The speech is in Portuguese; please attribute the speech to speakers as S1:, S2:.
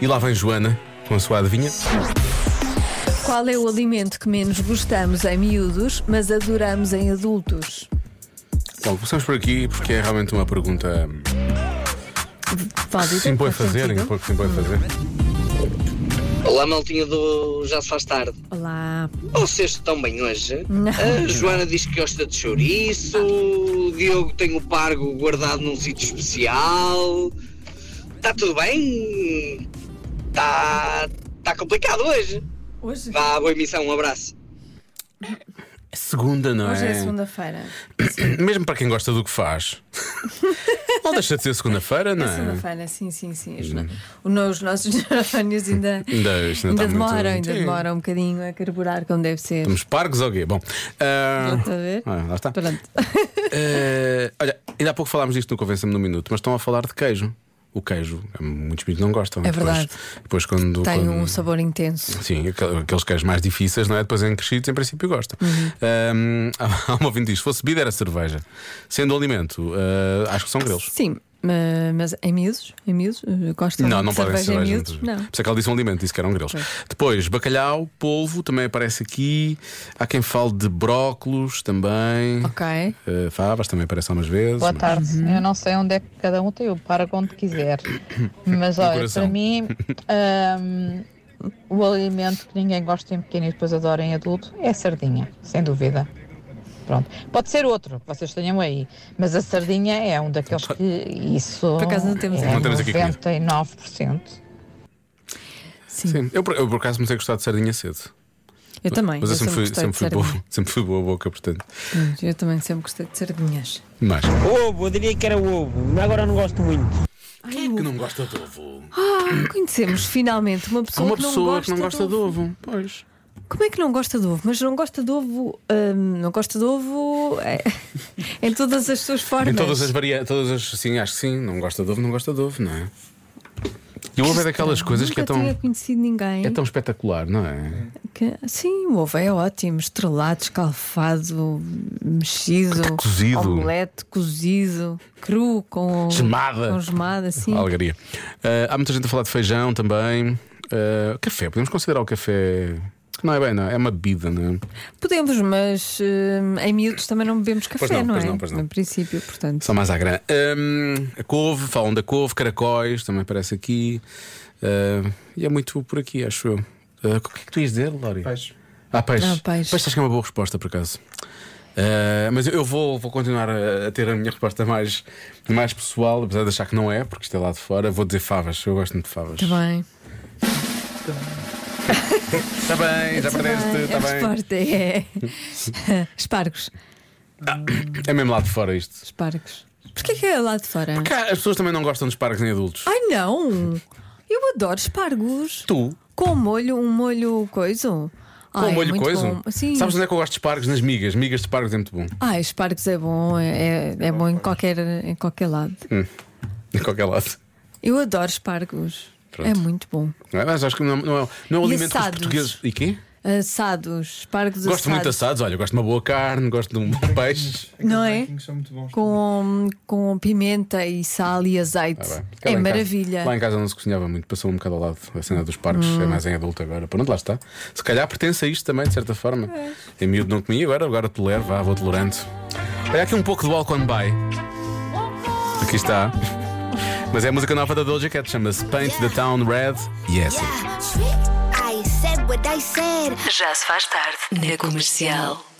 S1: E lá vem Joana com a sua adivinha.
S2: Qual é o alimento que menos gostamos em miúdos, mas adoramos em adultos?
S1: Bom, Então, começamos por aqui porque é realmente uma pergunta hum, que
S2: Válida,
S1: se impõe
S2: faz
S1: fazer,
S2: sentido.
S1: em pouco se impõe fazer.
S3: Olá, maltinha do Já Se Faz Tarde.
S2: Olá.
S3: Vocês estão bem hoje?
S2: Não.
S3: A Joana diz que gosta de chouriço, o Diogo tem o pargo guardado num sítio especial. Está tudo bem? Está tá complicado hoje.
S2: Hoje?
S3: Vá, boa emissão, um abraço.
S1: Segunda, não
S2: Hoje é segunda-feira.
S1: Mesmo para quem gosta do que faz. Não deixa de ser segunda-feira, não
S2: É
S1: é? Hum.
S2: segunda-feira, sim, sim, sim. Os, no- os nossos neurónios ainda,
S1: Ainda- isto ainda
S2: ainda
S1: está muito-
S2: demoram, ainda
S1: Sim.
S2: demoram um bocadinho a carburar como deve ser.
S1: Estamos pargos ou quê? Bom. ah,
S2: Pronto, a ver?
S1: ah, lá está.
S2: Pronto.
S1: Eh, olha, ainda há pouco falámos disto no Convença-me no Minuto, mas estão a falar de queijo. O queijo, muitos miúdos não gostam.
S2: É
S1: Depois-
S2: verdade.
S1: Depois, quando.
S2: Tem
S1: quando-
S2: um sabor intenso.
S1: Sim, aquel- aqueles queijos mais difíceis, não é? Depois em crescidos, em princípio, gosta. Ahm, Há um ouvinte que diz: se fosse bebida, era cerveja. Sendo alimento, ah, acho que são grelos.
S2: Sim, ma- mas em miúdos? Em miúdos? eh, Gostam
S1: Não, não
S2: de
S1: podem
S2: cerveja
S1: ser
S2: em
S1: cerveja.
S2: miúdos? Não.
S1: Por isso é que ela disse um alimento, disse que eram grelos. Depois, bacalhau, polvo, também aparece aqui. Há quem fale de brócolos também.
S2: Ok.
S1: Eh, favas também aparece algumas vezes.
S4: Boa
S1: mas-
S4: tarde. Eu não sei onde é que cada um tem o pargo onde quiser. Mas
S1: No
S4: olha,
S1: coração.
S4: para mim, hum, o alimento que ninguém gosta em pequeno e depois adora em adulto é a sardinha, sem dúvida. Pronto. Pode ser outro, que vocês tenham aí. Mas a sardinha é um daqueles que isso.
S2: Por acaso não temos
S4: é
S2: aqui.
S1: Não temos aqui comigo.
S4: 99%.
S2: Sim,
S1: Sim, eu, por- eu por acaso comecei a gostar de sardinha cedo.
S2: eu também.
S1: Mas eu, sempre, fui,
S2: gostei
S1: sempre,
S2: de
S1: fui boa,
S2: sardinhas.
S1: sempre fui boa boca, portanto.
S2: Hum, Eu também sempre gostei de sardinhas.
S1: Mas.
S5: Ovo, eu diria que era ovo, mas agora não gosto muito.
S2: Ai,
S1: é Que não gosta de ovo.
S2: ah, conhecemos finalmente uma
S1: Há
S2: pessoa,
S1: uma
S2: que, não
S1: pessoa
S2: gosta
S1: que não gosta de ovo. Pois.
S2: Como é que não gosta de ovo? Mas não gosta de ovo. hum, não gosta de ovo é, em todas as suas formas.
S1: Em todas as variantes, todas as. Sim, acho que sim. Não gosta de ovo, não gosta de ovo, não é? E o ovo é daquelas coisas que é
S2: Nunca
S1: tão,
S2: tinha conhecido ninguém.
S1: é tão espetacular, não é?
S2: que- Sim, o ovo é ótimo. Estrelado, escalfado, mexido,
S1: Tá Cozido.
S2: omelete, cozido, cru, com
S1: Gemada.
S2: Com gemada, sim.
S1: A Alegria. Ah, há muita gente a falar de feijão também. Ah, café, podemos considerar o café. Não é bem, não. É uma bebida, não é?
S2: Podemos, mas hum, em miúdos também não bebemos café,
S1: Pois não, pois
S2: é?
S1: não, pois não.
S2: No princípio, portanto.
S1: Só mais à grana. Hum, a couve, falam da couve, caracóis, também aparece aqui. Ah, e é muito por aqui, acho eu. Ah, o que é que tu ias dizer, Lória? Peixe. Ah, peixe.
S2: Ah, peixe.
S1: acho que é uma boa resposta, por acaso. Ah, mas eu- eu vou, vou continuar a, a ter a minha resposta mais, mais pessoal, apesar de achar que não é, porque isto é lá de fora. Vou dizer favas, eu gosto muito de favas.
S2: Está bem.
S1: Está bem, já
S2: Tá
S1: perdeste,
S2: bem.
S1: está
S2: a
S1: bem.
S2: resposta é. Espargos.
S1: É mesmo lá de fora isto.
S2: Espargos. Porquê que é lá de fora?
S1: Cá, as pessoas também não gostam de espargos em adultos.
S2: Ai não! Eu adoro espargos.
S1: Tu,
S2: Com molho, um molho coiso.
S1: com o molho coisa,
S2: é Sim.
S1: sabes onde é que eu gosto de espargos? Nas migas. Migas de espargos é muito bom.
S2: Ai, espargos é bom, é, é bom em qualquer, em qualquer lado.
S1: De qualquer lado.
S2: Eu adoro espargos.
S1: Pronto.
S2: É muito bom.
S1: Não é? Mas acho que não, não é, não é um
S2: E
S1: alimento que os
S2: assados?
S1: portugueses. E quê?
S2: Assados, espargos
S1: Gosto muito de
S2: assados.
S1: assados. Olha, eu gosto de uma boa carne, gosto de um bom peixe.
S2: Não é?
S6: São muito bons.
S2: Com, com pimenta e sal e azeite.
S1: Ah, bem. Se calhar
S2: é
S1: em casa-
S2: maravilha. Hum.
S1: lá em casa não se cozinhava muito, passou um bocado ao lado. A cena dos parques é mais em adulto agora. Pronto, lá está. Se calhar pertence a isto também, de certa forma. Em miúdo não comia, agora, agora tolero, vá, vou tolerante. Olha aqui um pouco do Walk on By. Aqui está. Mas é a música nova da Doja Cat, chama-se Paint the Town Red. E é assim.
S7: Yeah. I said what I said.
S8: Já se faz tarde na comercial.